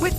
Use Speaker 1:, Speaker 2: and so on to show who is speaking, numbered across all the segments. Speaker 1: With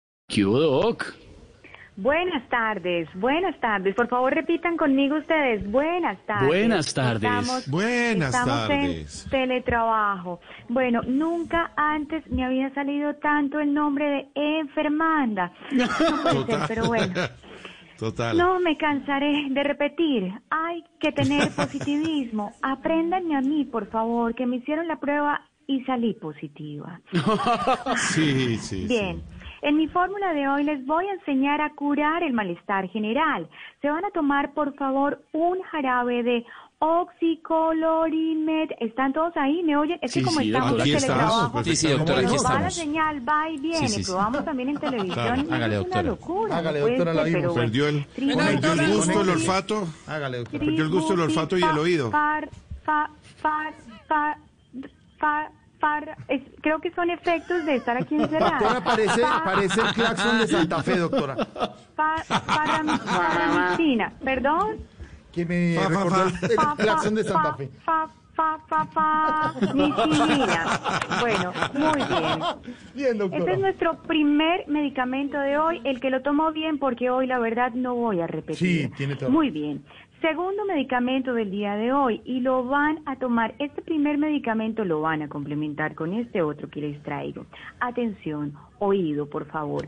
Speaker 2: ¿Qué hubo, Doc?
Speaker 3: Buenas tardes, buenas tardes. Por favor, repitan conmigo ustedes. Buenas tardes.
Speaker 2: Buenas tardes.
Speaker 4: Buenas
Speaker 3: estamos
Speaker 4: tardes.
Speaker 3: en teletrabajo. Bueno, nunca antes me había salido tanto el nombre de enfermanda. No puede ser, pero bueno.
Speaker 4: Total.
Speaker 3: No me cansaré de repetir. Hay que tener positivismo. Apréndanme a mí, por favor, que me hicieron la prueba y salí positiva.
Speaker 4: Sí, sí.
Speaker 3: Bien. En mi fórmula de hoy les voy a enseñar a curar el malestar general. Se van a tomar, por favor, un jarabe de oxicolorimet. ¿Están todos ahí? ¿Me oyen? Es
Speaker 2: Sí,
Speaker 3: que como
Speaker 2: sí,
Speaker 3: estamos
Speaker 2: doctora.
Speaker 3: en
Speaker 4: Aquí estamos. pues,
Speaker 3: teletrabajo,
Speaker 2: Sí, sí, doctora,
Speaker 4: perfectamente.
Speaker 2: aquí
Speaker 3: nos va la
Speaker 2: estamos.
Speaker 3: señal, va y
Speaker 2: Sí,
Speaker 3: viene.
Speaker 2: sí, sí.
Speaker 3: Probamos también en televisión. y
Speaker 5: Hágale,
Speaker 3: es una
Speaker 5: doctora.
Speaker 3: locura.
Speaker 5: Hágale,
Speaker 3: no puede
Speaker 5: doctora, la
Speaker 3: ser,
Speaker 5: vimos.
Speaker 3: pero bueno.
Speaker 4: Perdió el,
Speaker 3: Tribu-
Speaker 4: perdió el gusto, el
Speaker 3: tribu-
Speaker 4: olfato.
Speaker 5: Hágale, doctor.
Speaker 4: Perdió el gusto, el olfato y el oído.
Speaker 3: Par, par, par, par, par, par. Es- creo que son efectos de estar aquí encerrada.
Speaker 5: Doctora, parece, parece el claxon de Santa Fe, doctora.
Speaker 3: Pa- parram- Parramicina, perdón.
Speaker 5: Que me
Speaker 4: Fa, fa,
Speaker 5: recordó
Speaker 4: fa.
Speaker 5: el el claxon de Santa Fe.
Speaker 3: Fa, fa, fa, fa, fa, micilina. Bueno, muy bien. Este
Speaker 5: Bien,
Speaker 3: es
Speaker 5: doctora.
Speaker 3: nuestro primer medicamento de hoy, el que lo tomó bien porque hoy la verdad no voy a repetir.
Speaker 5: Sí, tiene todo.
Speaker 3: Muy bien. Segundo medicamento del día de hoy y lo van a tomar, este primer medicamento lo van a complementar con este otro que les traigo. Atención, oído, por favor.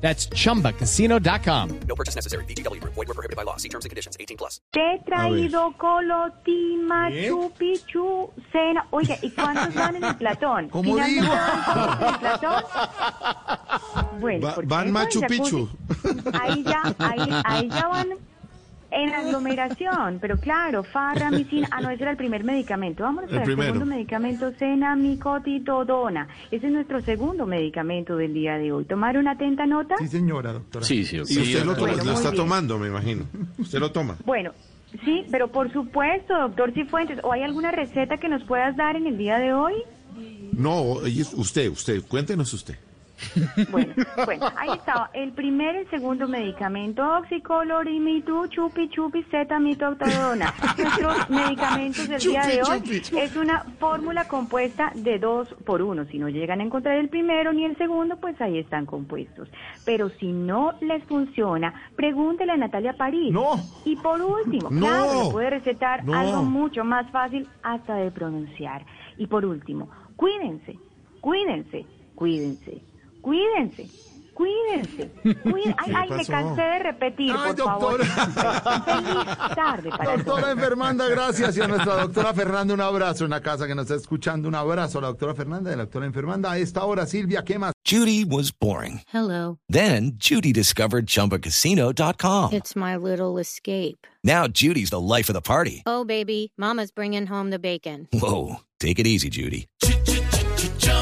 Speaker 6: That's chumbacasino.com.
Speaker 3: Te he traído colotima,
Speaker 4: ¿Eh?
Speaker 3: chupi, chu, cena. Oiga, ¿y cuántos van en el platón?
Speaker 5: ¿Cómo
Speaker 3: Finalmente
Speaker 5: digo?
Speaker 3: van todos en el platón. Bueno,
Speaker 4: Va-
Speaker 3: porque
Speaker 4: van
Speaker 3: eso
Speaker 4: Machu
Speaker 3: del jacuzzi, Ahí ya, ahí, ahí ya van en aglomeración, pero claro, farra, micina, ah, no, ese era el primer medicamento. Vámonos
Speaker 4: El
Speaker 3: para
Speaker 4: primero.
Speaker 3: el segundo medicamento, cena, micotitodona. Ese es nuestro segundo medicamento del día de hoy. ¿Tomaron atenta nota?
Speaker 5: Sí, señora, doctora.
Speaker 2: Sí, sí,
Speaker 4: Y
Speaker 2: sí,
Speaker 4: usted lo,
Speaker 2: doctora.
Speaker 4: to-
Speaker 3: Bueno,
Speaker 4: lo
Speaker 3: muy
Speaker 4: está
Speaker 3: bien.
Speaker 4: tomando, me imagino. Usted lo toma.
Speaker 3: Bueno, sí, pero por supuesto, doctor Cifuentes, ¿o hay alguna receta que nos puedas dar en el día de hoy?
Speaker 4: No, y es usted, usted, cuéntenos usted.
Speaker 3: Bueno, bueno, ahí estaba. El primer y el segundo medicamento, oxicolorimitu, chupi, chupi, cetamitotodona. Nuestros medicamentos del día de hoy es una fórmula compuesta de dos por uno. Si no llegan a encontrar el primero ni el segundo, pues ahí están compuestos. Pero si no les funciona, pregúntele a Natalia París.
Speaker 5: No.
Speaker 3: Y por último,
Speaker 4: No.
Speaker 3: claro, le puede recetar
Speaker 4: No.
Speaker 3: algo mucho más fácil hasta de pronunciar. Y por último, cuídense, cuídense, cuídense, cuídense, cuídense. cuí- Ay, ay, me
Speaker 4: pasó?
Speaker 3: cansé de repetir,
Speaker 5: Ay,
Speaker 3: por favor. Feliz tarde para todos.
Speaker 5: Doctora Enfermanda, gracias. Y a nuestra doctora Fernanda, un abrazo en la casa que nos está escuchando. Un abrazo a la doctora Fernanda y a la doctora Enfermanda. A esta hora, Silvia, ¿qué más?
Speaker 7: Judy was boring.
Speaker 8: Hello,
Speaker 7: Then Judy discovered ChumbaCasino.com.
Speaker 8: it's my little escape.
Speaker 7: Now Judy's the life of the party.
Speaker 8: Oh, baby, Mama's bringing home the bacon.
Speaker 7: Whoa, take it easy, Judy.